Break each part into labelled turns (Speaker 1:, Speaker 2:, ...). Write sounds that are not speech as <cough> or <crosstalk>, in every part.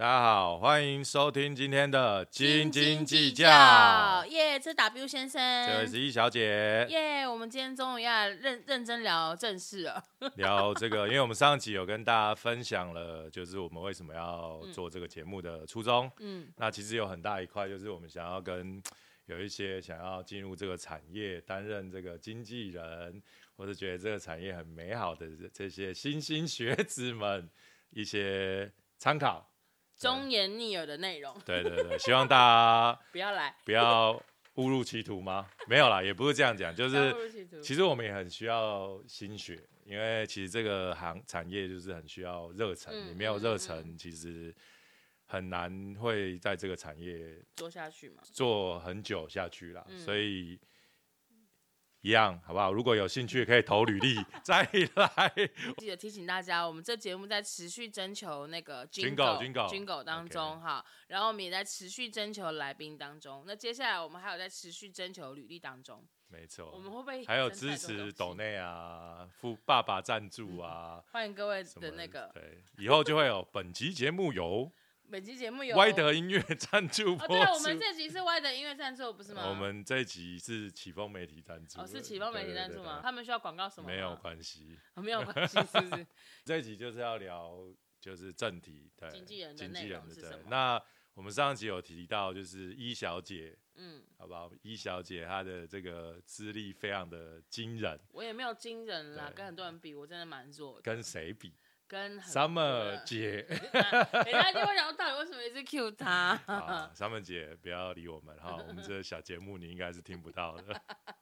Speaker 1: 大家好，欢迎收听今天的《斤斤计较》，
Speaker 2: 耶，这是 W 先生，
Speaker 1: 这位是易小姐。
Speaker 2: 耶我们今天终于要认认真聊正事了。
Speaker 1: 聊这 <laughs> 个，因为我们上集有跟大家分享了，就是我们为什么要做这个节目的初衷。
Speaker 2: 嗯，
Speaker 1: 那其实有很大一块，就是我们想要跟有一些想要进入这个产业、担任这个经纪人，或者觉得这个产业很美好的这这些新兴学子们一些参考。
Speaker 2: 忠言逆耳的内容，
Speaker 1: 对对对，希望大家
Speaker 2: <laughs> 不要来，
Speaker 1: 不要误入歧途吗？没有啦，也不是这样讲，就
Speaker 2: 就是
Speaker 1: 其实我们也很需要心血，因为其实这个行产业就是很需要热忱，
Speaker 2: 嗯
Speaker 1: 你没有热忱，
Speaker 2: 嗯嗯
Speaker 1: 其实很难会在这个产业
Speaker 2: 做下去嘛。
Speaker 1: 做很久下去啦。
Speaker 2: 嗯
Speaker 1: 所以一样好不好？如果有兴趣可以投履
Speaker 2: <laughs>
Speaker 1: 历再来。
Speaker 2: 记得提醒大家，我们这节目在持续征求那个
Speaker 1: Jingle，Jingle
Speaker 2: Jingle 当
Speaker 1: OK
Speaker 2: 中哈然后我们也在持续征求来宾当中。那接下来我们还有在持续征求履历当中，
Speaker 1: 没
Speaker 2: 我
Speaker 1: 错，
Speaker 2: 们会不会
Speaker 1: 哦还有
Speaker 2: 生太
Speaker 1: 支
Speaker 2: 多东
Speaker 1: 持
Speaker 2: 西
Speaker 1: 抖内啊，付爸爸赞助啊。
Speaker 2: 欢迎各位
Speaker 1: 什么
Speaker 2: 的那个
Speaker 1: 对，以后就会有本集节目由
Speaker 2: 本期节目有
Speaker 1: 歪德音乐赞助
Speaker 2: 哦，
Speaker 1: 播
Speaker 2: 对，我
Speaker 1: 出
Speaker 2: 们这集是歪的音乐赞助，不是吗？
Speaker 1: 哦我们这一集是启丰媒体赞助的，
Speaker 2: 哦是启丰媒体赞助吗？
Speaker 1: 对？
Speaker 2: 他们需要广告什
Speaker 1: 对对
Speaker 2: 么吗？啊
Speaker 1: 没有关系，<laughs>
Speaker 2: 哦没有关系，是不是？
Speaker 1: 这一集就是要聊就是正题，对，
Speaker 2: 经纪人的
Speaker 1: 经
Speaker 2: 内
Speaker 1: 纪人
Speaker 2: 容
Speaker 1: 的
Speaker 2: 是
Speaker 1: 对
Speaker 2: 什么
Speaker 1: 那我们上一集有提到，就是一小姐，
Speaker 2: 嗯，
Speaker 1: 好不好？一小姐她的这个资历非常的惊人，
Speaker 2: 我也没有惊人啦，
Speaker 1: 对
Speaker 2: 跟很多人比，我真的蛮弱的。
Speaker 1: 跟谁比
Speaker 2: 跟 <laughs> 很啊
Speaker 1: ？Summer 姐
Speaker 2: <laughs> 人家一定会想说到底为什么一直 Q 他？
Speaker 1: 啊，Summer 姐不要理我们哈，我们这个小节目你应该是听不到的。
Speaker 2: <laughs>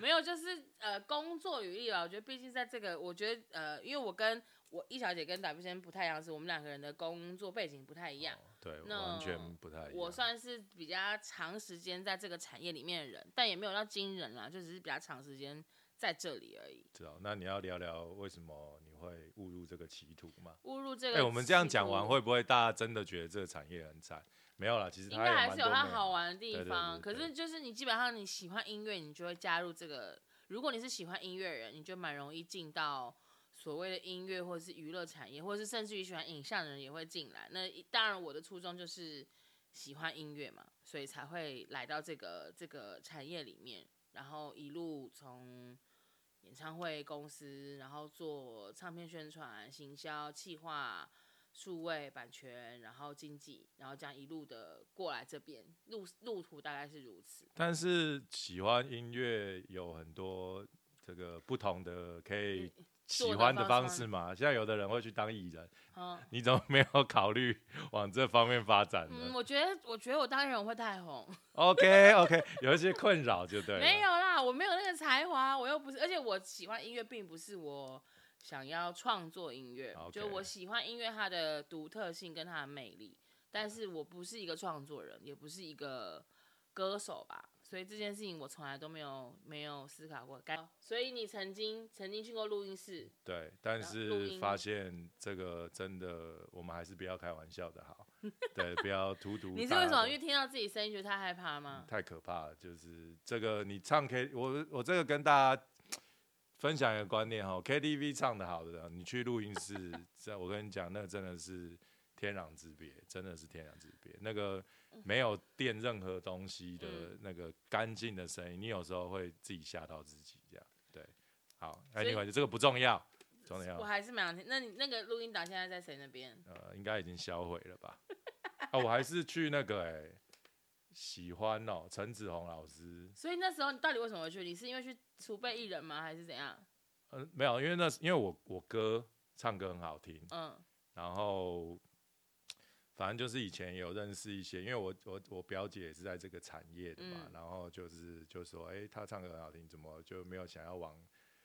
Speaker 2: 没有，就是呃，工作履历吧。我觉得毕竟在这个，我觉得呃，因为我跟我一小姐跟 W 先生不太一样，是我们两个人的工作背景不太 <laughs> 一样。
Speaker 1: 对，
Speaker 2: 那
Speaker 1: 完全哦不太一样。
Speaker 2: 我算是比较长时间在这个产业里面的人，但也没有到惊人啦，就只是比较长时间在这里而已。
Speaker 1: 知道，那你要聊聊为什么你会误入这个歧途吗？
Speaker 2: 误入这
Speaker 1: 哎、
Speaker 2: 个，
Speaker 1: 我们这样讲完，会不会大家真的觉得这个产业很惨？没有啦，其实
Speaker 2: 应
Speaker 1: 它
Speaker 2: 该
Speaker 1: 蛮
Speaker 2: 还是有
Speaker 1: 多
Speaker 2: 它
Speaker 1: 美
Speaker 2: 好。玩的地
Speaker 1: 对对
Speaker 2: 方。
Speaker 1: 对对
Speaker 2: 可是就是你基本上你喜欢音乐，你就会加入这个。如果你是喜欢音乐人，你就蛮容易进到所谓的音乐或者是娱乐产业，或者是甚至于喜欢影像的人也会进来。那一当然，我的初衷就是喜欢音乐嘛，所以才会来到这个这个产业里面，然后一路从。演唱会公司，然后做唱片宣传、行销、企划、数位版权，然后经济，然后这样一路的过来这边，路路途大概是如此。
Speaker 1: 但是喜欢音乐有很多这个不同的可以喜
Speaker 2: 做嗯的
Speaker 1: 欢的
Speaker 2: 方
Speaker 1: 方
Speaker 2: 式
Speaker 1: 式嘛。现在有的人会去当艺人， <laughs>
Speaker 2: 嗯
Speaker 1: 你怎么没有考虑往这方面发展
Speaker 2: 嗯，
Speaker 1: 呢、
Speaker 2: 我觉得我觉得我当然会太红，
Speaker 1: o k OK，有一些困扰就对了。
Speaker 2: 没有啦，我没有那个才华，我又不是，而且我喜欢音乐，并不是我想要创作音乐
Speaker 1: 啊 OK
Speaker 2: 就我喜欢音乐它的独特性跟它的魅力，但是我不是一个创作人，也不是一个歌手吧，所以这件事情我从来都没有没有思考过。该，所以你曾经曾经去过录音室，
Speaker 1: 对，但
Speaker 2: 然后录
Speaker 1: 是
Speaker 2: 音
Speaker 1: 发现这个真的，我们还是不要开玩笑的
Speaker 2: <laughs>
Speaker 1: 好。对，不要荼毒大家的。嗯
Speaker 2: 你是为什么？因为听到自己声音觉得太害怕吗？
Speaker 1: 太可怕了，就是这个你唱 K，我我这个跟大家分享一个观念哈，KTV 唱的好的人，你去录音室，这我跟你讲，那真的是天壤之别，真的是天壤之别。那个没有垫任何东西的
Speaker 2: 嗯
Speaker 1: 那个干净的声音，你有时候会自己吓到自己这样。对，好
Speaker 2: 所以
Speaker 1: ，Anyway，这个不重要，重
Speaker 2: 我
Speaker 1: 要，
Speaker 2: 还是蛮想听。那你那个录音档现在在谁那边？
Speaker 1: 呃，应该已经销毁了吧？ <laughs> 啊，我还是去那个哎、喜欢哦，陈子红老师。
Speaker 2: 所以那时候你到底为什么会去？你是因为去储备艺人吗？还是怎样？
Speaker 1: 呃，没有，因为那是因为我我歌唱歌很好听，
Speaker 2: 嗯
Speaker 1: 然后反正就是以前有认识一些，因为我我我表姐也是在这个产业的嘛，
Speaker 2: 嗯
Speaker 1: 然后就是就说，哎、她唱歌很好听，怎么就没有想要往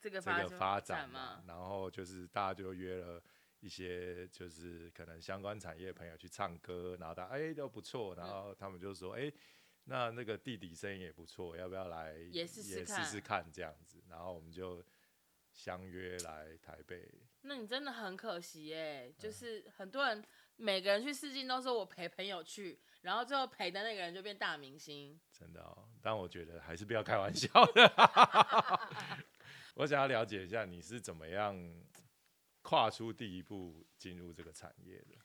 Speaker 2: 这个
Speaker 1: 这
Speaker 2: 发
Speaker 1: 个发展
Speaker 2: 展
Speaker 1: 啊
Speaker 2: 吗
Speaker 1: 嘛？？然后就是大家就约了。一些就是可能相关产业的朋友去唱歌，然后大家哎、都不错，
Speaker 2: 嗯
Speaker 1: 然后他们就说哎、那那个弟弟声音也不错，要不要来
Speaker 2: 也试试
Speaker 1: 也试
Speaker 2: 看
Speaker 1: 试看这样子？然后我们就相约来台北
Speaker 2: 那你真的很可惜耶、
Speaker 1: 嗯
Speaker 2: 就是很多人每个人去试镜都说我陪朋友去，然后最后陪的那个人就变大明星。
Speaker 1: 真的哦，但我觉得还是不要开玩笑 <laughs> 的。我想要了解一下你是怎么样跨出第一步进入这个产业的。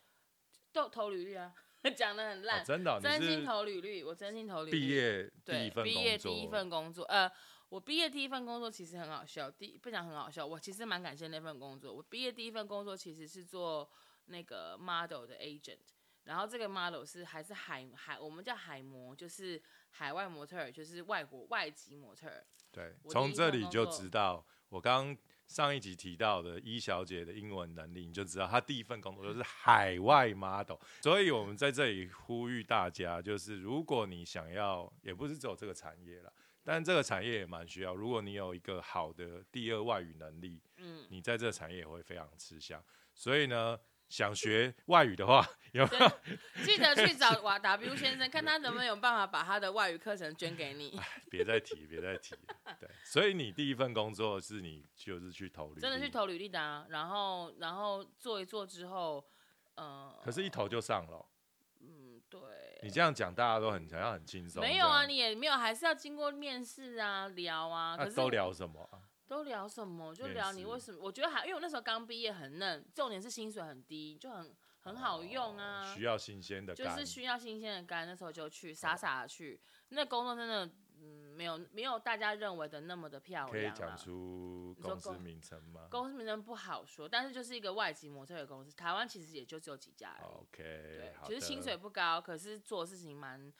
Speaker 2: 投投履历啊， <laughs> 讲的很烂
Speaker 1: 哦，真的哦，
Speaker 2: 真
Speaker 1: 你
Speaker 2: 心
Speaker 1: 是
Speaker 2: 投履历，我真心投履历。
Speaker 1: 毕业第
Speaker 2: 对
Speaker 1: 一份
Speaker 2: 毕业
Speaker 1: 工作，
Speaker 2: 第一份工作，呃，我毕业第一份工作其实很好笑，第不讲很好笑，我其实蛮感谢那份工作。我毕业第一份工作其实是做那个 model 的 agent，然后这个 model 是还是海海，我们叫海模，就是海外模特儿，就是外国外籍模特儿。
Speaker 1: 对，
Speaker 2: 我第
Speaker 1: 从
Speaker 2: 一
Speaker 1: 这
Speaker 2: 份
Speaker 1: 里
Speaker 2: 工
Speaker 1: 就
Speaker 2: 作
Speaker 1: 知道我刚上一集提到的一小姐的英文能力，你就知道她第一份工作就是海外 model。所以我们在这里呼吁大家，就是如果你想要，也不是只有这个产业了，但这个产业也蛮需要。如果你有一个好的第二外语能力，
Speaker 2: 嗯，
Speaker 1: 你在这个产业也会非常吃香。所以呢，想学外语的话，有没有？
Speaker 2: 记得去找瓦 <laughs> W 先生，看他能不能有办法把他的外语课程捐给你。
Speaker 1: 别再提，别再提了。对，所以你第一份工作是你就是去投履
Speaker 2: 真的去
Speaker 1: 历
Speaker 2: 投履历的、啊，然后然后做一做之后，呃，
Speaker 1: 可是，一投就上了哦、
Speaker 2: 嗯，对，
Speaker 1: 你这样讲，大家都很想要很轻松。
Speaker 2: 没有
Speaker 1: 这
Speaker 2: 啊，
Speaker 1: 样
Speaker 2: 你也没有，还是要经过面试啊，聊啊。
Speaker 1: 那
Speaker 2: 可是
Speaker 1: 都聊什么啊？
Speaker 2: 都聊什么？就
Speaker 1: 面
Speaker 2: 聊你
Speaker 1: 试
Speaker 2: 为什么？我觉得还因为我那时候刚毕业很嫩，重点是薪水很低，就很很好用啊
Speaker 1: 哦，需要新鲜的
Speaker 2: 就
Speaker 1: 干。
Speaker 2: 是需要新鲜的肝。那时候就去傻傻的去，那工作真的嗯没有没有大家认为的那么的漂
Speaker 1: 可以
Speaker 2: 亮、啊
Speaker 1: 讲。出
Speaker 2: 你说
Speaker 1: 公司
Speaker 2: 公
Speaker 1: 名称吗
Speaker 2: 公司名称不好说，但是就是一个外籍模特的公司，台湾其实也就只有几家而已。
Speaker 1: ？OK，
Speaker 2: 对，
Speaker 1: 好
Speaker 2: 其
Speaker 1: 的。
Speaker 2: 实薪水不高，可是做事情蛮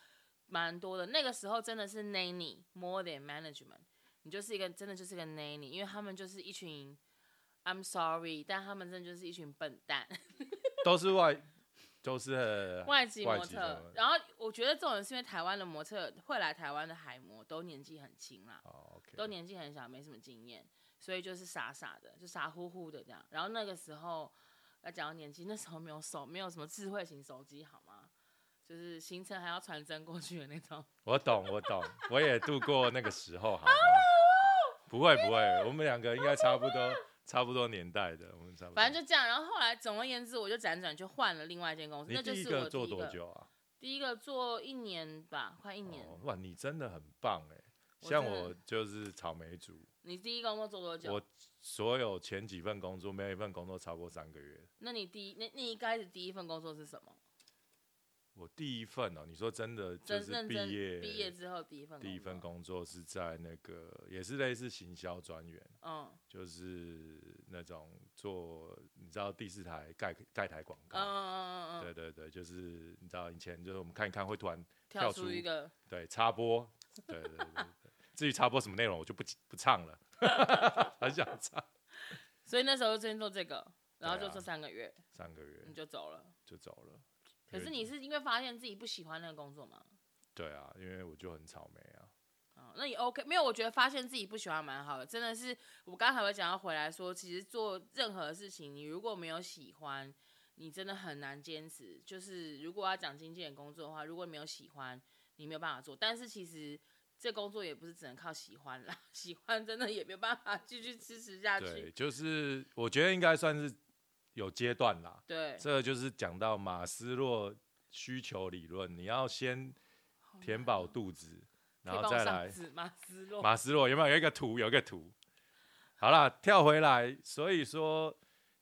Speaker 2: 蛮多的。那个时候真的是 nanny more than management，你就是一个真的就是个 nanny，因为他们就是一群 I'm sorry，但他们真的就是一群笨蛋，
Speaker 1: 都是外，都是
Speaker 2: 外籍模
Speaker 1: 外籍的
Speaker 2: 特。然后我觉得这种人是因为台湾的模特会来台湾的海模都年纪很轻啦，
Speaker 1: 哦，OK，
Speaker 2: 都年纪很小，没什么经验，所以就是傻傻的，就傻乎乎的这样。然后那个时候，要讲到年纪，那时候没有手，没有什么智慧型手机，好吗？就是行程还要传真过去的那种。
Speaker 1: 我懂，我
Speaker 2: <laughs>
Speaker 1: 懂，我也度过那个时候，好吗？
Speaker 2: 哦
Speaker 1: 不会不会，我们两个应该差不多，差不多年代的，我们差不多。
Speaker 2: 啊反正就这样。然后后来，总而言之，我就辗转就换了另外一间公司，
Speaker 1: 你
Speaker 2: 那就
Speaker 1: 第一
Speaker 2: 是我
Speaker 1: 个
Speaker 2: 第
Speaker 1: 做
Speaker 2: 一
Speaker 1: 多
Speaker 2: 个。
Speaker 1: 久啊？
Speaker 2: 第一个做一年吧，快一年。
Speaker 1: 哦哇，你真的很棒哎！
Speaker 2: 我
Speaker 1: 像
Speaker 2: 真的
Speaker 1: 我就是草莓族，
Speaker 2: 你第一个工作做多久
Speaker 1: 我？所有前几份工作，没有一份工作超过三个月。
Speaker 2: 那你第一，那那你一开始第一份工作是什么？
Speaker 1: 我第一份哦，你说真的就
Speaker 2: 真
Speaker 1: 是
Speaker 2: 认
Speaker 1: 毕
Speaker 2: 真
Speaker 1: 业
Speaker 2: 毕业之后第一份
Speaker 1: 第一份
Speaker 2: 作。
Speaker 1: 工作是在那个也是类似行销专员，啊
Speaker 2: 嗯
Speaker 1: 就是那种做你知道第四台盖盖台广
Speaker 2: 嗯
Speaker 1: 告，
Speaker 2: 嗯嗯嗯
Speaker 1: 对
Speaker 2: 嗯，
Speaker 1: 对对，就是你知道以前就是我们看一看会突然
Speaker 2: 跳
Speaker 1: 跳
Speaker 2: 出
Speaker 1: 出
Speaker 2: 一个
Speaker 1: 对插播，对对对对对。至于插播什么内容，我就不不唱了， <laughs> 很想唱。
Speaker 2: 所以那时候就先做这个，然后
Speaker 1: 对
Speaker 2: 就
Speaker 1: 啊
Speaker 2: 做三个月，
Speaker 1: 三个月
Speaker 2: 你就走了。
Speaker 1: 就走了。
Speaker 2: 嗯可是
Speaker 1: 因为
Speaker 2: 你是因为发现自己不喜欢那个工作吗？
Speaker 1: 对啊，因为我就很草莓啊。
Speaker 2: 哦，那也 OK，没有，我觉得发现自己不喜欢蛮好的，真的是我刚才有讲到回来说，其实做任何事情，你如果没有喜欢，你真的很难坚持。就是如果要讲经纪人工作的话，如果没有喜欢，你没有办法做。但是其实这工作也不是只能靠喜欢啦， <laughs> 喜欢真的也没有办法继续支持下
Speaker 1: 对，
Speaker 2: 去。
Speaker 1: 就是我觉得应该算是有阶段啦。
Speaker 2: 对，
Speaker 1: 这个就是讲到马斯洛需求理论，你要先
Speaker 2: 好
Speaker 1: 填
Speaker 2: 难
Speaker 1: 饱
Speaker 2: 哦，
Speaker 1: 肚子，
Speaker 2: 可以
Speaker 1: 然后
Speaker 2: 帮我
Speaker 1: 再
Speaker 2: 上
Speaker 1: 来
Speaker 2: 纸吗思路
Speaker 1: 马斯洛有没有有一个图？有一个图。好啦，跳回来，所以说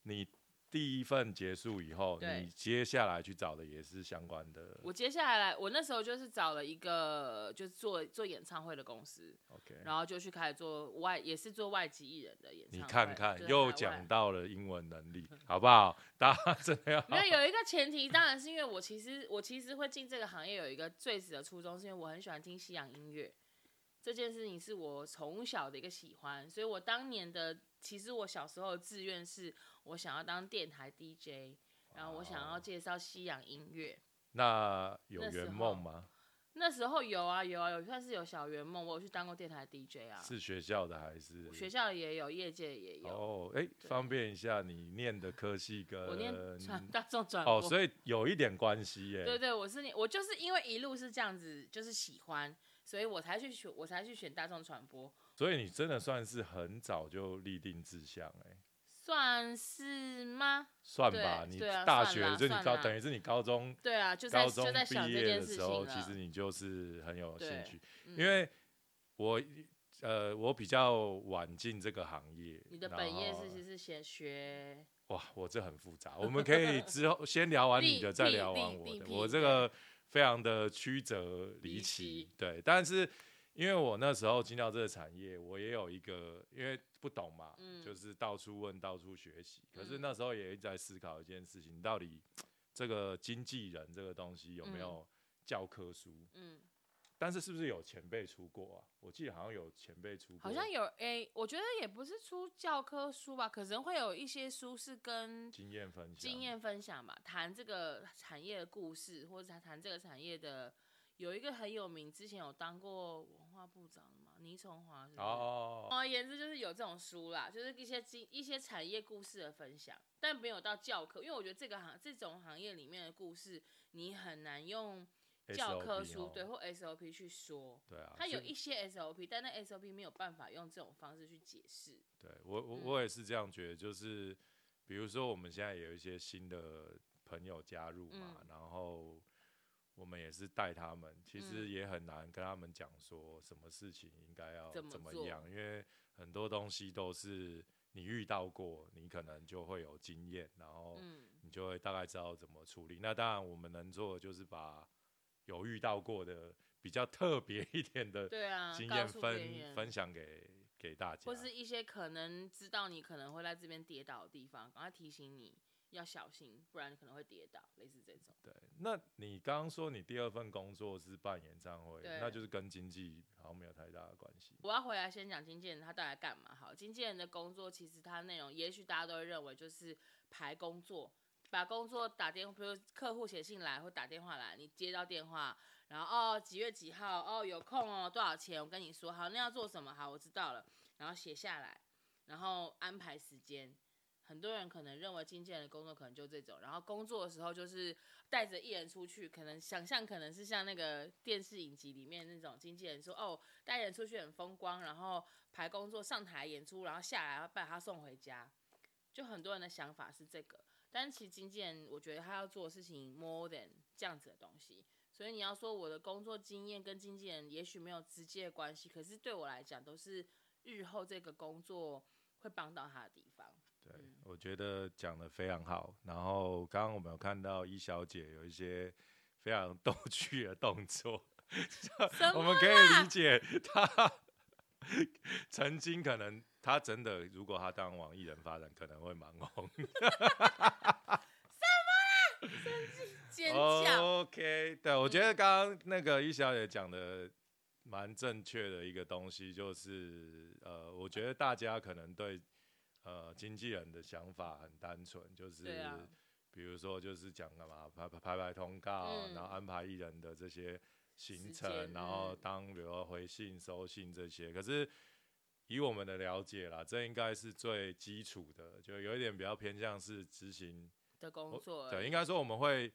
Speaker 1: 你第一份结束以后，
Speaker 2: 对
Speaker 1: 你接下来去找的也是相关的。
Speaker 2: 我接下来，我那时候就是找了一个，就是做做演唱会的公司，
Speaker 1: OK，
Speaker 2: 然后就去开始做外，也是做外籍艺人的演唱会。
Speaker 1: 你看看
Speaker 2: 就是海
Speaker 1: 又
Speaker 2: 外
Speaker 1: 讲。到了英文能力，好不好？大家真的要
Speaker 2: 没有有一个前提，当然是因为我其实我其实会进这个行业有一个最始的初衷，是因为我很喜欢听西洋音乐，这件事情是我从小的一个喜欢，所以我当年的其实我小时候的志愿是我想要当电台 DJ，然后我想
Speaker 1: 哦
Speaker 2: 要介绍西洋音乐。
Speaker 1: 那有
Speaker 2: 那时
Speaker 1: 圆
Speaker 2: 候啊
Speaker 1: 梦吗？
Speaker 2: 那时候有啊有啊有，算是有小圆梦，我有去当过电台 DJ 啊，
Speaker 1: 是学校的还是？
Speaker 2: 学校也有，业界也有。
Speaker 1: 哦，哎、
Speaker 2: 对
Speaker 1: 方便一下，你念的科系跟
Speaker 2: 我念传大众转播，
Speaker 1: 呃哦，所以有一点关系耶、
Speaker 2: 对对，我是念我就是因为一路是这样子，就是喜欢，所以我才去选，我才去选大众传播，
Speaker 1: 所以你真的算是很早就立定志向哎、
Speaker 2: 算是吗？
Speaker 1: 算吧，
Speaker 2: 对
Speaker 1: 你
Speaker 2: 对啊
Speaker 1: 大
Speaker 2: 算
Speaker 1: 学
Speaker 2: 啦
Speaker 1: 就你
Speaker 2: 算
Speaker 1: 高，
Speaker 2: 啦
Speaker 1: 等于是你高中
Speaker 2: 对啊，就在
Speaker 1: 高
Speaker 2: 就
Speaker 1: 中
Speaker 2: 在
Speaker 1: 毕
Speaker 2: 想这
Speaker 1: 业的
Speaker 2: 件事
Speaker 1: 时
Speaker 2: 情
Speaker 1: 候，
Speaker 2: 了。
Speaker 1: 其实你就是很有兴趣，
Speaker 2: 嗯
Speaker 1: 因为我呃我比较晚进这个行业，
Speaker 2: 你的
Speaker 1: 然
Speaker 2: 本业
Speaker 1: 后
Speaker 2: 是是是写学
Speaker 1: 哇，我这很复杂，我们可以之后先聊完你的，
Speaker 2: <laughs> 地
Speaker 1: 再
Speaker 2: 地
Speaker 1: 聊
Speaker 2: 地
Speaker 1: 完我
Speaker 2: 地
Speaker 1: 的。
Speaker 2: 地
Speaker 1: 我这个非常的曲折离
Speaker 2: 离
Speaker 1: 奇
Speaker 2: 奇，
Speaker 1: 对。但是因为我那时候进到这个产业，我也有一个，因为不懂嘛，
Speaker 2: 嗯
Speaker 1: 就是到处问，到处学习。可是
Speaker 2: 嗯
Speaker 1: 那时候也一直在思考一件事情，到底这个经纪人这个东西有没
Speaker 2: 嗯
Speaker 1: 有教科书？
Speaker 2: 嗯，
Speaker 1: 但是是不是有前辈出过啊？我记得好像有前辈出过，
Speaker 2: 好像有诶、我觉得也不是出教科书吧，可能会有一些书是跟
Speaker 1: 经验分享，
Speaker 2: 经验分享吧，谈这个产业的故事，或者谈谈这个产业的。有一个很有名，之前有当过文化部长的嘛，倪崇华是不是？
Speaker 1: 哦。
Speaker 2: 总而言之，就是有这种书啦，就是一些经一些产业故事的分享，但没有到教科，因为我觉得这个行这种行业里面的故事，你很难用教科
Speaker 1: SOP
Speaker 2: 书
Speaker 1: 哦
Speaker 2: 对或 SOP 去说。
Speaker 1: 对啊，
Speaker 2: 它有
Speaker 1: 是
Speaker 2: 一些 SOP，但那 SOP 没有办法用这种方式去解释。
Speaker 1: 对我我
Speaker 2: 嗯
Speaker 1: 我也是这样觉得，就是比如说我们现在有一些新的朋友加入嘛，
Speaker 2: 嗯
Speaker 1: 然后我们也是带他们，其实
Speaker 2: 嗯
Speaker 1: 也很难跟他们讲说什么事情应该要
Speaker 2: 怎么
Speaker 1: 怎么
Speaker 2: 做
Speaker 1: 样，因为很多东西都是你遇到过，你可能就会有经验，然后
Speaker 2: 嗯
Speaker 1: 你就会大概知道怎么处理。那当然我们能做的就是把有遇到过的比较特别一点的
Speaker 2: 对啊，
Speaker 1: 经
Speaker 2: 告
Speaker 1: 验
Speaker 2: 诉别
Speaker 1: 分
Speaker 2: 人
Speaker 1: 分享给给大家，
Speaker 2: 或是一些可能知道你可能会在这边跌倒的地方，赶快提醒你要小心，不然你可能会跌倒，类似这种。
Speaker 1: 对，那你刚刚说你第二份工作是办演唱会，
Speaker 2: 对
Speaker 1: 那就是跟经济好像没有太大的关系。
Speaker 2: 我要回来先讲经纪人他到底干嘛好。经纪人的工作其实他内容，也许大家都会认为就是排工作，把工作打电话，比如客户写信来或打电话来，你接到电话，然后哦几月几号哦有空哦多少钱，我跟你说好，那要做什么好我知道了，然后写下来，然后安排时间。很多人可能认为经纪人的工作可能就这种，然后工作的时候就是带着艺人出去，可能想象可能是像那个电视影集里面那种经纪人说哦，带人出去很风光，然后排工作上台演出，然后下来把他送回家。就很多人的想法是这个，但其实经纪人我觉得他要做的事情 more than 这样子的东西。所以你要说我的工作经验跟经纪人也许没有直接的关系，可是对我来讲都是日后这个工作会帮到他的地方。
Speaker 1: 对，
Speaker 2: 嗯
Speaker 1: 我觉得讲的非常好。然后刚刚我们有看到一小姐有一些非常逗趣的动作，
Speaker 2: 什
Speaker 1: <laughs> 我
Speaker 2: 么？
Speaker 1: 们可以理解她曾经可能她真的，如果她当往艺人发展，可能会蛮红。
Speaker 2: 尖
Speaker 1: 哦
Speaker 2: 叫！嗯
Speaker 1: OK，对，我觉得刚刚那个易小姐讲的蛮正确的一个东西，就是呃，我觉得大家可能对呃经纪人的想法很单纯，就是、
Speaker 2: 对啊
Speaker 1: 比如说就是讲干嘛拍拍拍拍通告，
Speaker 2: 嗯
Speaker 1: 然后安排艺人的这些行
Speaker 2: 时
Speaker 1: 程，
Speaker 2: 间
Speaker 1: 然后
Speaker 2: 嗯
Speaker 1: 当比如说回信、收信这些，可是。以我们的了解啦，这应该是最基础的，就有一点比较偏向是执行
Speaker 2: 的工作而
Speaker 1: 对，
Speaker 2: 已，
Speaker 1: 应该说我们会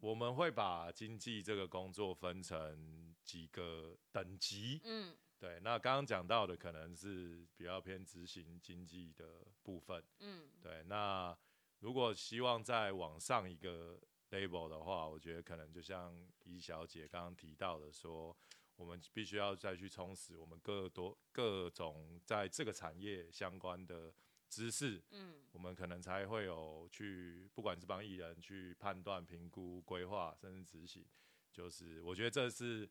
Speaker 1: 我们会把经济这个工作分成几个等级。
Speaker 2: 嗯
Speaker 1: 对，那刚刚讲到的可能是比较偏执行经济的部分。
Speaker 2: 嗯，
Speaker 1: 对，那如果希望再往上一个 level 的话，我觉得可能就像怡小姐刚刚提到的说。我们必须要再去充实我们各多各种在这个产业相关的知识，
Speaker 2: 嗯
Speaker 1: 我们可能才会有去，不管是帮艺人去判断、评估、规划，甚至执行，就是我觉得这是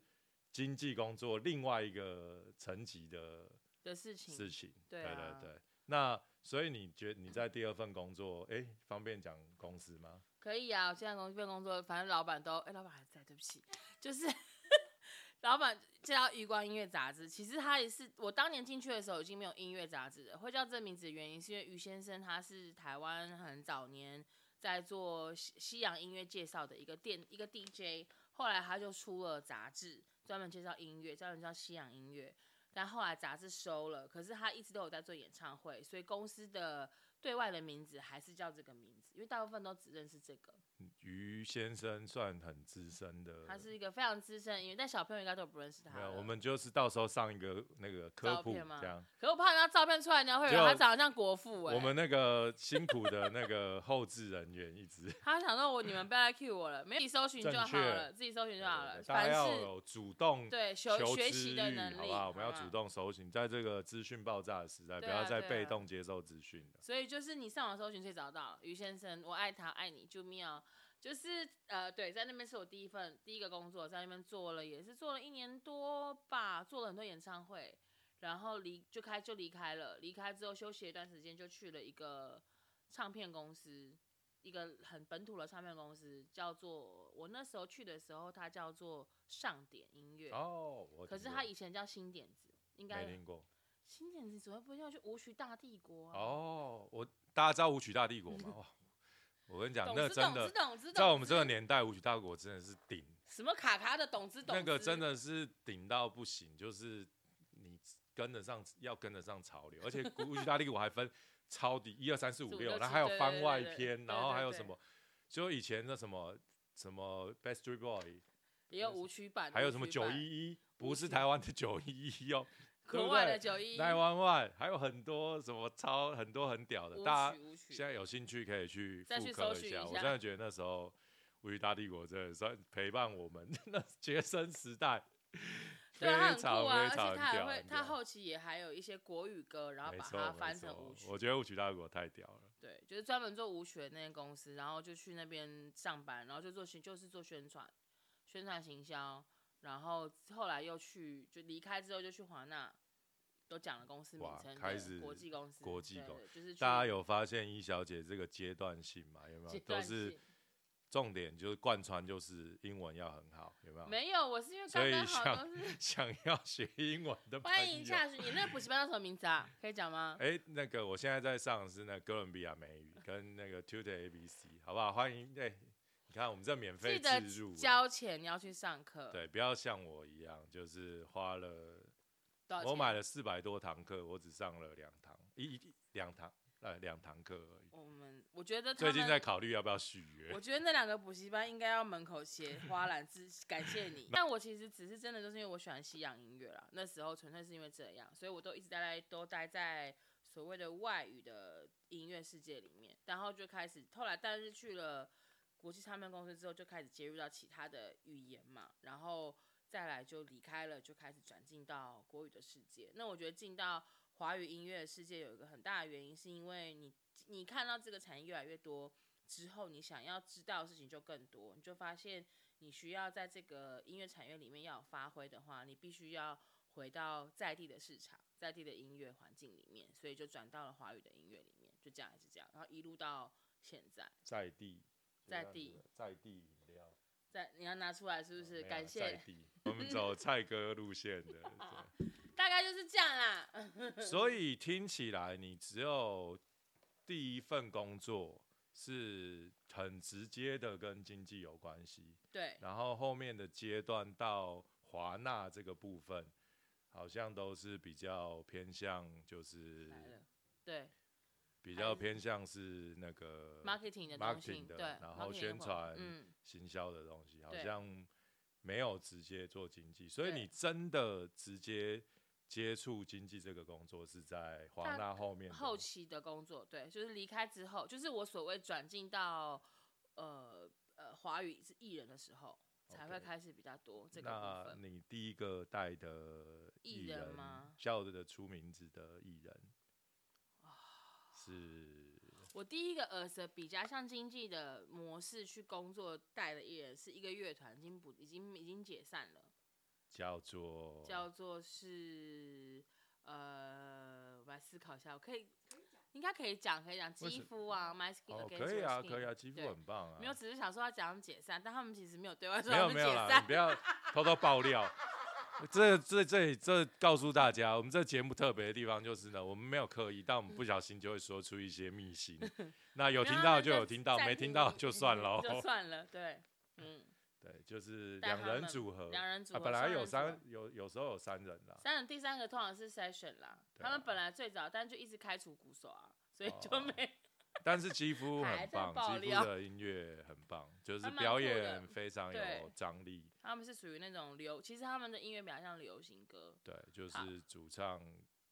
Speaker 1: 经济工作另外一个层级的
Speaker 2: 的事情，
Speaker 1: 事情。
Speaker 2: 对啊
Speaker 1: 对对对。那所以你觉你在第二份工作，哎、方便讲公司吗？
Speaker 2: 可以啊，我现在公司份工作，反正老板都，哎、老板还在，对不起，就是 <laughs> 老板就叫《余光音乐杂志》，其实他也是我当年进去的时候已经没有音乐杂志了，会叫这名字的原因是因为于先生他是台湾很早年在做西西洋音乐介绍的一个店一个 DJ，后来他就出了杂志，专门介绍音乐，专门介绍西洋音乐。但后来杂志收了，可是他一直都有在做演唱会，所以公司的对外的名字还是叫这个名字，因为大部分都只认识这个。
Speaker 1: 于先生算很资深的，
Speaker 2: 他是一个非常资深的音乐，但小朋友应该都不认识他
Speaker 1: 没有，
Speaker 2: 了。
Speaker 1: 我们就是到时候上一个那个科
Speaker 2: 照
Speaker 1: 普
Speaker 2: 片吗
Speaker 1: 这样。
Speaker 2: 可我怕那照片出来，人家会以为
Speaker 1: 就
Speaker 2: 他长得像国父哎、
Speaker 1: 我们那个辛苦的那个后置人员一
Speaker 2: <laughs>
Speaker 1: 直
Speaker 2: 他想说我你们不要来 cue 我了，没有自己搜寻就
Speaker 1: 正
Speaker 2: 好
Speaker 1: 确
Speaker 2: 了，自己搜寻就好了。
Speaker 1: 大
Speaker 2: 啊凡
Speaker 1: 家要
Speaker 2: 是
Speaker 1: 有主动
Speaker 2: 对学
Speaker 1: 求
Speaker 2: 学
Speaker 1: 知
Speaker 2: 习的能
Speaker 1: 欲，好
Speaker 2: 力，嗯
Speaker 1: 不好？我们要
Speaker 2: 吗
Speaker 1: 主动搜寻，在这个资讯爆炸的时代，不
Speaker 2: 对啊
Speaker 1: 要再
Speaker 2: 对啊
Speaker 1: 被动接受资讯了。
Speaker 2: 所以就是你上网搜寻可以找到于先生，我爱他，爱你，救命哦！就是呃，对，在那边是我第一份第一个工作，在那边做了也是做了一年多吧，做了很多演唱会，然后离就开就离开了，离开之后休息了一段时间，就去了一个唱片公司，一个很本土的唱片公司，叫做我那时候去的时候，它叫做上点音乐，
Speaker 1: 哦，我
Speaker 2: 可是
Speaker 1: 听
Speaker 2: 它
Speaker 1: 过
Speaker 2: 以前叫新点子，应
Speaker 1: 没
Speaker 2: 该
Speaker 1: 听过。
Speaker 2: 新点子怎么会不会要去舞曲大帝国啊？
Speaker 1: 哦，我大家知道舞曲大帝国
Speaker 2: <laughs>
Speaker 1: 吗？哇，哦我跟你讲，
Speaker 2: 懂
Speaker 1: 那
Speaker 2: 之
Speaker 1: 真
Speaker 2: 懂之
Speaker 1: 的
Speaker 2: 懂之懂之
Speaker 1: 在我们这个年代，舞曲大帝国真的是顶，
Speaker 2: 什么卡卡的懂之懂之
Speaker 1: 那个真的是顶到不行，就是你跟得上，要跟得上潮流。而
Speaker 2: <laughs>
Speaker 1: 且舞曲大帝国还分超低一二三四五
Speaker 2: 四五
Speaker 1: 六，
Speaker 2: 六
Speaker 1: 然后
Speaker 2: 七
Speaker 1: 还有
Speaker 2: 对对
Speaker 1: 番
Speaker 2: 对
Speaker 1: 外
Speaker 2: 对
Speaker 1: 篇，
Speaker 2: 对
Speaker 1: 然后
Speaker 2: 对
Speaker 1: 还有
Speaker 2: 对
Speaker 1: 什么，就以前那什么什么 Backstreet Boy，
Speaker 2: 也有舞曲版，
Speaker 1: 还有什么
Speaker 2: 舞曲版
Speaker 1: 九，一一，不
Speaker 2: 舞
Speaker 1: 是
Speaker 2: 曲
Speaker 1: 台湾的九一一
Speaker 2: <laughs>
Speaker 1: 哦，对
Speaker 2: 国
Speaker 1: 不
Speaker 2: 外
Speaker 1: 对
Speaker 2: 的九一，
Speaker 1: 台湾外还有很多什么超很多很屌的，大
Speaker 2: 舞
Speaker 1: 家
Speaker 2: 曲舞曲，
Speaker 1: 现在有兴趣可以去
Speaker 2: 再去
Speaker 1: 复刻
Speaker 2: 搜寻
Speaker 1: 下。
Speaker 2: 一
Speaker 1: 我
Speaker 2: 下
Speaker 1: 真的觉得那时候《无语大帝国》真的算陪伴我们 <laughs> 那学生时代，非
Speaker 2: <laughs> 对啊，他很
Speaker 1: 常
Speaker 2: 酷啊，
Speaker 1: 非
Speaker 2: 而且
Speaker 1: 常
Speaker 2: 他还
Speaker 1: 屌。
Speaker 2: 会
Speaker 1: 很，
Speaker 2: 他
Speaker 1: 屌
Speaker 2: 后期也还有一些国语歌，然后
Speaker 1: 没
Speaker 2: 把
Speaker 1: 错
Speaker 2: 它
Speaker 1: 没
Speaker 2: 翻成
Speaker 1: 错
Speaker 2: 舞曲
Speaker 1: 我，觉得《舞曲大帝国》太屌了。
Speaker 2: 对，就是专门做舞曲的那间公司，然后就去那边上班，然后就做宣，就是做宣传，宣传行销，然后后来又去，就离开之后就去华纳，都讲了公司名
Speaker 1: 哇
Speaker 2: 称，
Speaker 1: 开
Speaker 2: 对
Speaker 1: 始
Speaker 2: 国际公司，
Speaker 1: 国际
Speaker 2: 对
Speaker 1: 公
Speaker 2: 对就是
Speaker 1: 大家
Speaker 2: 去
Speaker 1: 有发现一小姐这个阶段性嘛？有没有？
Speaker 2: 阶
Speaker 1: 都
Speaker 2: 段
Speaker 1: 是
Speaker 2: 性
Speaker 1: 重点，就是贯穿，就是英文要很好，有没有？
Speaker 2: 没有，我是因为
Speaker 1: 啊所
Speaker 2: 刚
Speaker 1: 以
Speaker 2: 刚好
Speaker 1: 像
Speaker 2: 都是。
Speaker 1: <laughs> 想要学英文的朋友，
Speaker 2: 欢迎夏雪，你那个补习班叫什么名字啊？可以讲吗？
Speaker 1: 哎、那个我现在在上的是那个哥伦比亚美语跟那个 Tutor ABC，好不好？欢迎哎、你看我们这免费
Speaker 2: 记
Speaker 1: 置
Speaker 2: 得
Speaker 1: 入，啊
Speaker 2: 交钱，你要去上课。，
Speaker 1: 对，不要像我一样，就是花了
Speaker 2: 多少钱？
Speaker 1: 我买了四百多堂课，我只上了两堂，一一两堂，呃，两堂课而已。
Speaker 2: 我们我觉得他
Speaker 1: 最
Speaker 2: 们
Speaker 1: 近在，考虑要不要续约
Speaker 2: 我，觉得那两个补习班应该要门口写花篮子，感谢你。但我其实只是真的就是因为我喜欢西洋音乐啦，那时候纯粹是因为这样，所以我都一直待在都待在所谓的外语的音乐世界里面，然后就开始后来，但是去了国际唱片公司之后，就开始接入到其他的语言嘛，然后再来就离开了，就开始转进到国语的世界。那我觉得进到华语音乐的世界有一个很大的原因，是因为你你看到这个产业越来越多之后，你想要知道的事情就更多，你就发现你需要在这个音乐产业里面要有发挥的话，你必须要回到在地的市场、在地的音乐环境里面，所以就转到了华语的音乐里面，就这样一直这样，然后一路到现在。
Speaker 1: 在地，
Speaker 2: 在地，
Speaker 1: 在地饮料，
Speaker 2: 在你要拿出来
Speaker 1: 哦
Speaker 2: 是不
Speaker 1: 没
Speaker 2: 是？
Speaker 1: 有啦
Speaker 2: 感
Speaker 1: 在
Speaker 2: 谢，
Speaker 1: 地，我们走蔡哥路线
Speaker 2: <laughs>
Speaker 1: 的。对
Speaker 2: 大概就是这样啦。嗯 <laughs>
Speaker 1: 所以听起来，你只有第一份工作是很直接的跟经济有关系，
Speaker 2: 对，
Speaker 1: 然后后面的阶段到华纳这个部分，好像都是比较偏向，就是
Speaker 2: 来了，对
Speaker 1: 比较偏向是那个
Speaker 2: ，marketing 的东西
Speaker 1: marketing，的
Speaker 2: 对，
Speaker 1: 然后
Speaker 2: marketing 的
Speaker 1: 宣
Speaker 2: 广
Speaker 1: 传
Speaker 2: 嗯，
Speaker 1: 行销的东西，好
Speaker 2: 对
Speaker 1: 像没有直接做经济，所以
Speaker 2: 对
Speaker 1: 你真的直接接触经济这个工作是在华
Speaker 2: 大
Speaker 1: 纳后面的
Speaker 2: 后
Speaker 1: 吗
Speaker 2: 期的工作，对，就是离开之后，就是我所谓转进到呃呃华语是艺人的时候，才会
Speaker 1: OK
Speaker 2: 开始比较多这个部
Speaker 1: 那
Speaker 2: 分。
Speaker 1: 你第一个带的
Speaker 2: 艺
Speaker 1: 艺
Speaker 2: 人
Speaker 1: 人
Speaker 2: 吗
Speaker 1: 叫得出名字的艺人是
Speaker 2: 我第一个儿子比较像经纪的模式去工作带的艺人是一个乐团，已经不已经已经解散了。
Speaker 1: 叫做
Speaker 2: 叫做是呃，我来思考一下，我可以应该可以讲，可以讲
Speaker 1: 为
Speaker 2: 肌
Speaker 1: 什
Speaker 2: 肤啊，My Skin
Speaker 1: 哦，
Speaker 2: Against
Speaker 1: 可以
Speaker 2: Your
Speaker 1: 啊，
Speaker 2: Skin
Speaker 1: 可以啊，肌
Speaker 2: 对
Speaker 1: 肤很棒啊，
Speaker 2: 没有，只是想说要讲解散，但他们其实没有对外说
Speaker 1: 没
Speaker 2: 他
Speaker 1: 有
Speaker 2: 们
Speaker 1: 没
Speaker 2: 解
Speaker 1: 有啦，你
Speaker 2: 散
Speaker 1: 不。要偷偷爆料。 <laughs> 这这这这告诉大家，我们这节目特别的地方就是呢，我们没有刻意，但我们不小心就会说出一些秘
Speaker 2: <laughs>
Speaker 1: 辛。那有
Speaker 2: 没
Speaker 1: 听
Speaker 2: 他
Speaker 1: 到
Speaker 2: 们
Speaker 1: 就有听到，
Speaker 2: 暂
Speaker 1: 没听到就算喽。
Speaker 2: 就算了，对，嗯，
Speaker 1: 对，就是
Speaker 2: 带
Speaker 1: 两
Speaker 2: 他
Speaker 1: 人
Speaker 2: 们
Speaker 1: 组合，
Speaker 2: 两人组
Speaker 1: 啊，
Speaker 2: 合，
Speaker 1: 本来
Speaker 2: 双
Speaker 1: 有
Speaker 2: 人组
Speaker 1: 三
Speaker 2: 合，
Speaker 1: 有有时候有三人啦，
Speaker 2: 三人第三个通常是 session 啦，
Speaker 1: 对
Speaker 2: 他们
Speaker 1: 啊
Speaker 2: 本来最早，但就一直开除鼓手啊，所以就
Speaker 1: 哦
Speaker 2: 没
Speaker 1: 但是肌肤
Speaker 2: 还
Speaker 1: 很
Speaker 2: 在
Speaker 1: 棒，
Speaker 2: 爆
Speaker 1: 肌
Speaker 2: 料
Speaker 1: 肤的音乐很棒，就是
Speaker 2: 还蛮
Speaker 1: 表
Speaker 2: 酷的
Speaker 1: 演非常有
Speaker 2: 对
Speaker 1: 张力。
Speaker 2: 他们是属于那种流，其实他们的音乐比较像流行歌，
Speaker 1: 对，就
Speaker 2: 好
Speaker 1: 是主唱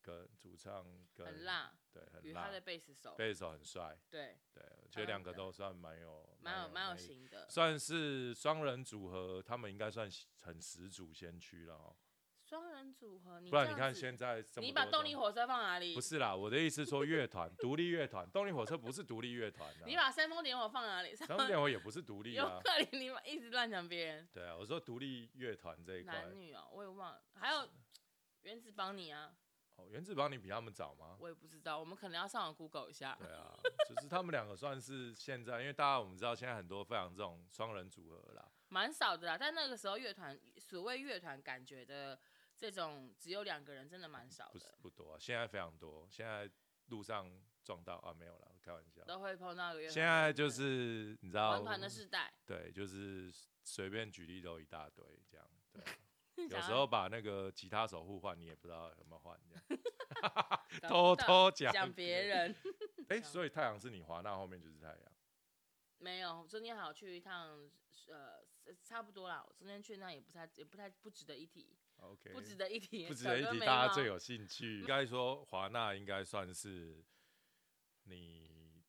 Speaker 1: 跟主唱跟
Speaker 2: 很，辣，
Speaker 1: 对，很
Speaker 2: 与他
Speaker 1: 辣
Speaker 2: 的，贝斯手，
Speaker 1: 贝斯手很帅，
Speaker 2: 对，
Speaker 1: 对，我觉得
Speaker 2: 嗯
Speaker 1: 两个都算蛮有
Speaker 2: 蛮有蛮有
Speaker 1: 魅力
Speaker 2: 型的。
Speaker 1: 算是双人组合，他们应该算很始祖先驱了哦。
Speaker 2: 双人组合，你
Speaker 1: 不然
Speaker 2: 这
Speaker 1: 你
Speaker 2: 样
Speaker 1: 看
Speaker 2: 子
Speaker 1: 现在这么
Speaker 2: 你把
Speaker 1: 多
Speaker 2: 动
Speaker 1: 这
Speaker 2: 力
Speaker 1: 样
Speaker 2: 火车放哪里？
Speaker 1: 不，是啦，我的意思说乐团，独立乐团，动力火车不是独立乐团
Speaker 2: 你
Speaker 1: 啊，
Speaker 2: 把煽风点火放哪里？ <laughs> 煽
Speaker 1: 张
Speaker 2: 风
Speaker 1: 建伟也不是独立
Speaker 2: 尤
Speaker 1: 啊。
Speaker 2: 克里里嘛，一直乱讲别人，
Speaker 1: 对啊，我说独立乐团这一块
Speaker 2: 男，女哦，我也忘了，还
Speaker 1: 啊
Speaker 2: 有原子帮你啊，
Speaker 1: 哦，原子帮你比他们早吗？
Speaker 2: 我也不知道，我们可能要上网 Google 一下。
Speaker 1: 对啊，就是他们两个算是现在，因为大家我们知道现在很多非常这种双人组合啦，
Speaker 2: 蛮少的啦。但那个时候乐团，所谓乐团感觉的这种只有两个人，真的蛮少
Speaker 1: 不是
Speaker 2: 的，
Speaker 1: 不多、啊，现在非常多，现在路上撞到啊没有啦，开玩笑。
Speaker 2: 都会碰到一个乐团。
Speaker 1: 现在就是你知道
Speaker 2: 玩，团的世代，
Speaker 1: 对，就是随便举例都一大堆这样，对
Speaker 2: <laughs>
Speaker 1: 啊、有
Speaker 2: 想
Speaker 1: 时
Speaker 2: 要
Speaker 1: 候把那个吉他手互换，你也不知道有没有换这样。
Speaker 2: 搞
Speaker 1: 偷
Speaker 2: 到
Speaker 1: 偷讲
Speaker 2: 讲别。人。
Speaker 1: 哎、所以太阳是你华纳后面就是太阳。
Speaker 2: <laughs> 没有，中间还有去一趟，呃，差不多啦。我中间去那也不太也不太不值得一提，
Speaker 1: OK，
Speaker 2: 不值得一提，
Speaker 1: 不值
Speaker 2: 小
Speaker 1: 得一
Speaker 2: 哥
Speaker 1: 提，
Speaker 2: 没
Speaker 1: 大家
Speaker 2: 毛
Speaker 1: 最有兴趣。应该说华纳应该算是你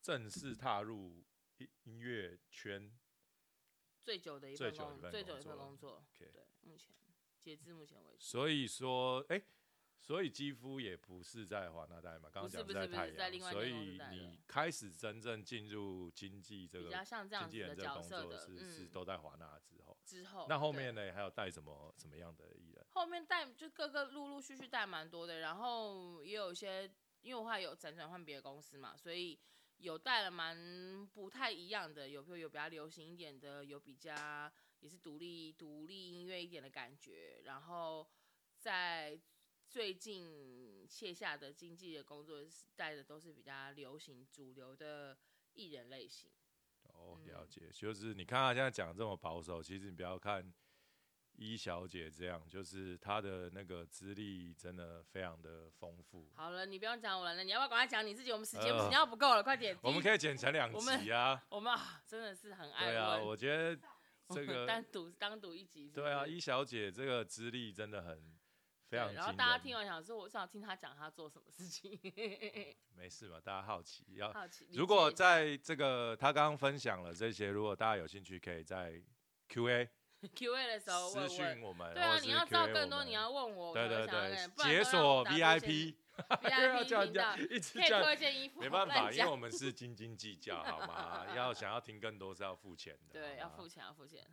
Speaker 1: 正式踏入音音乐圈。
Speaker 2: 最久的一
Speaker 1: 最
Speaker 2: 份
Speaker 1: 久的一
Speaker 2: 工
Speaker 1: 份
Speaker 2: 最
Speaker 1: 工
Speaker 2: 久的一份
Speaker 1: 作
Speaker 2: 工作，
Speaker 1: OK，
Speaker 2: 对，目前截至目前为止，
Speaker 1: 所以说，哎、所以肌肤也不是在华纳代嘛，刚刚
Speaker 2: 不是
Speaker 1: 讲
Speaker 2: 不是
Speaker 1: 在
Speaker 2: 不
Speaker 1: 太
Speaker 2: 是在另
Speaker 1: 阳，所
Speaker 2: 外一间公司
Speaker 1: 以
Speaker 2: 待的
Speaker 1: 你开始真正进入经济这
Speaker 2: 比
Speaker 1: 个
Speaker 2: 较像这
Speaker 1: 经
Speaker 2: 样
Speaker 1: 纪
Speaker 2: 子
Speaker 1: 人
Speaker 2: 的
Speaker 1: 这个
Speaker 2: 角
Speaker 1: 工
Speaker 2: 色
Speaker 1: 作
Speaker 2: 的，
Speaker 1: 是是
Speaker 2: 嗯，
Speaker 1: 都在华纳之后。
Speaker 2: 之后
Speaker 1: 那后
Speaker 2: 对
Speaker 1: 面呢？还有带什么什么样的艺人？
Speaker 2: 后面带就各个陆陆续续带蛮多的，然后也有一些，因为我后来有辗转换别的公司嘛，所以有带了蛮不太一样的，有有有比较流行一点的，有比较也是独立独立音乐一点的感觉，然后在最近卸下的经纪的工作是带的都是比较流行主流的艺人类型，
Speaker 1: 哦，
Speaker 2: 嗯
Speaker 1: 了解，就是你看他现在讲得这么保守，其实你不要看一小姐这样，就是她的那个资历真的非常的丰富。
Speaker 2: 好了，你不用讲我了，你要不要赶快讲你自己？我们时间
Speaker 1: 呃
Speaker 2: 时间要不够了，快点。
Speaker 1: 我们
Speaker 2: 第一
Speaker 1: 可以剪成两
Speaker 2: 我们
Speaker 1: 集啊，
Speaker 2: <laughs> 我们啊真的是很爱
Speaker 1: 对啊，
Speaker 2: 问。
Speaker 1: 我觉得 <laughs> 这
Speaker 2: 单 <laughs>
Speaker 1: 个
Speaker 2: 独单独一集是不是
Speaker 1: 对啊，一小姐这个资历真的很非
Speaker 2: 对
Speaker 1: 常惊人。
Speaker 2: 然后大家听完想说，我想听他讲他做什么
Speaker 1: <laughs>
Speaker 2: 事情，
Speaker 1: 没事嘛，大家好奇要。
Speaker 2: 好奇。理解
Speaker 1: 如果
Speaker 2: 一下
Speaker 1: 在这个他刚刚分享了这些，如果大家有兴趣，可以在 Q&A
Speaker 2: Q&A 的时候
Speaker 1: 私
Speaker 2: 问
Speaker 1: 讯
Speaker 2: 问，
Speaker 1: 我们，
Speaker 2: 对啊，
Speaker 1: 或是
Speaker 2: 你要知道
Speaker 1: Q&A
Speaker 2: 更
Speaker 1: 我
Speaker 2: 多，
Speaker 1: 们
Speaker 2: 你要问我，我
Speaker 1: 对
Speaker 2: 才
Speaker 1: 对
Speaker 2: 会想要
Speaker 1: 对
Speaker 2: 跟，不然
Speaker 1: 解
Speaker 2: 都让我
Speaker 1: 锁
Speaker 2: 打勾 <laughs> 线
Speaker 1: VIP，又 <laughs> 要
Speaker 2: VIP
Speaker 1: 叫人
Speaker 2: 频
Speaker 1: 家
Speaker 2: 道，
Speaker 1: 一直
Speaker 2: 可以
Speaker 1: 叫人，
Speaker 2: <laughs> 推荐衣服，
Speaker 1: 没办法，
Speaker 2: 乱
Speaker 1: 因为
Speaker 2: 讲 <laughs>
Speaker 1: 我们是斤斤计较，好吗？要想要听更多是要付钱的，
Speaker 2: 对
Speaker 1: 好
Speaker 2: 要
Speaker 1: 吗 <laughs>
Speaker 2: 付钱要付钱。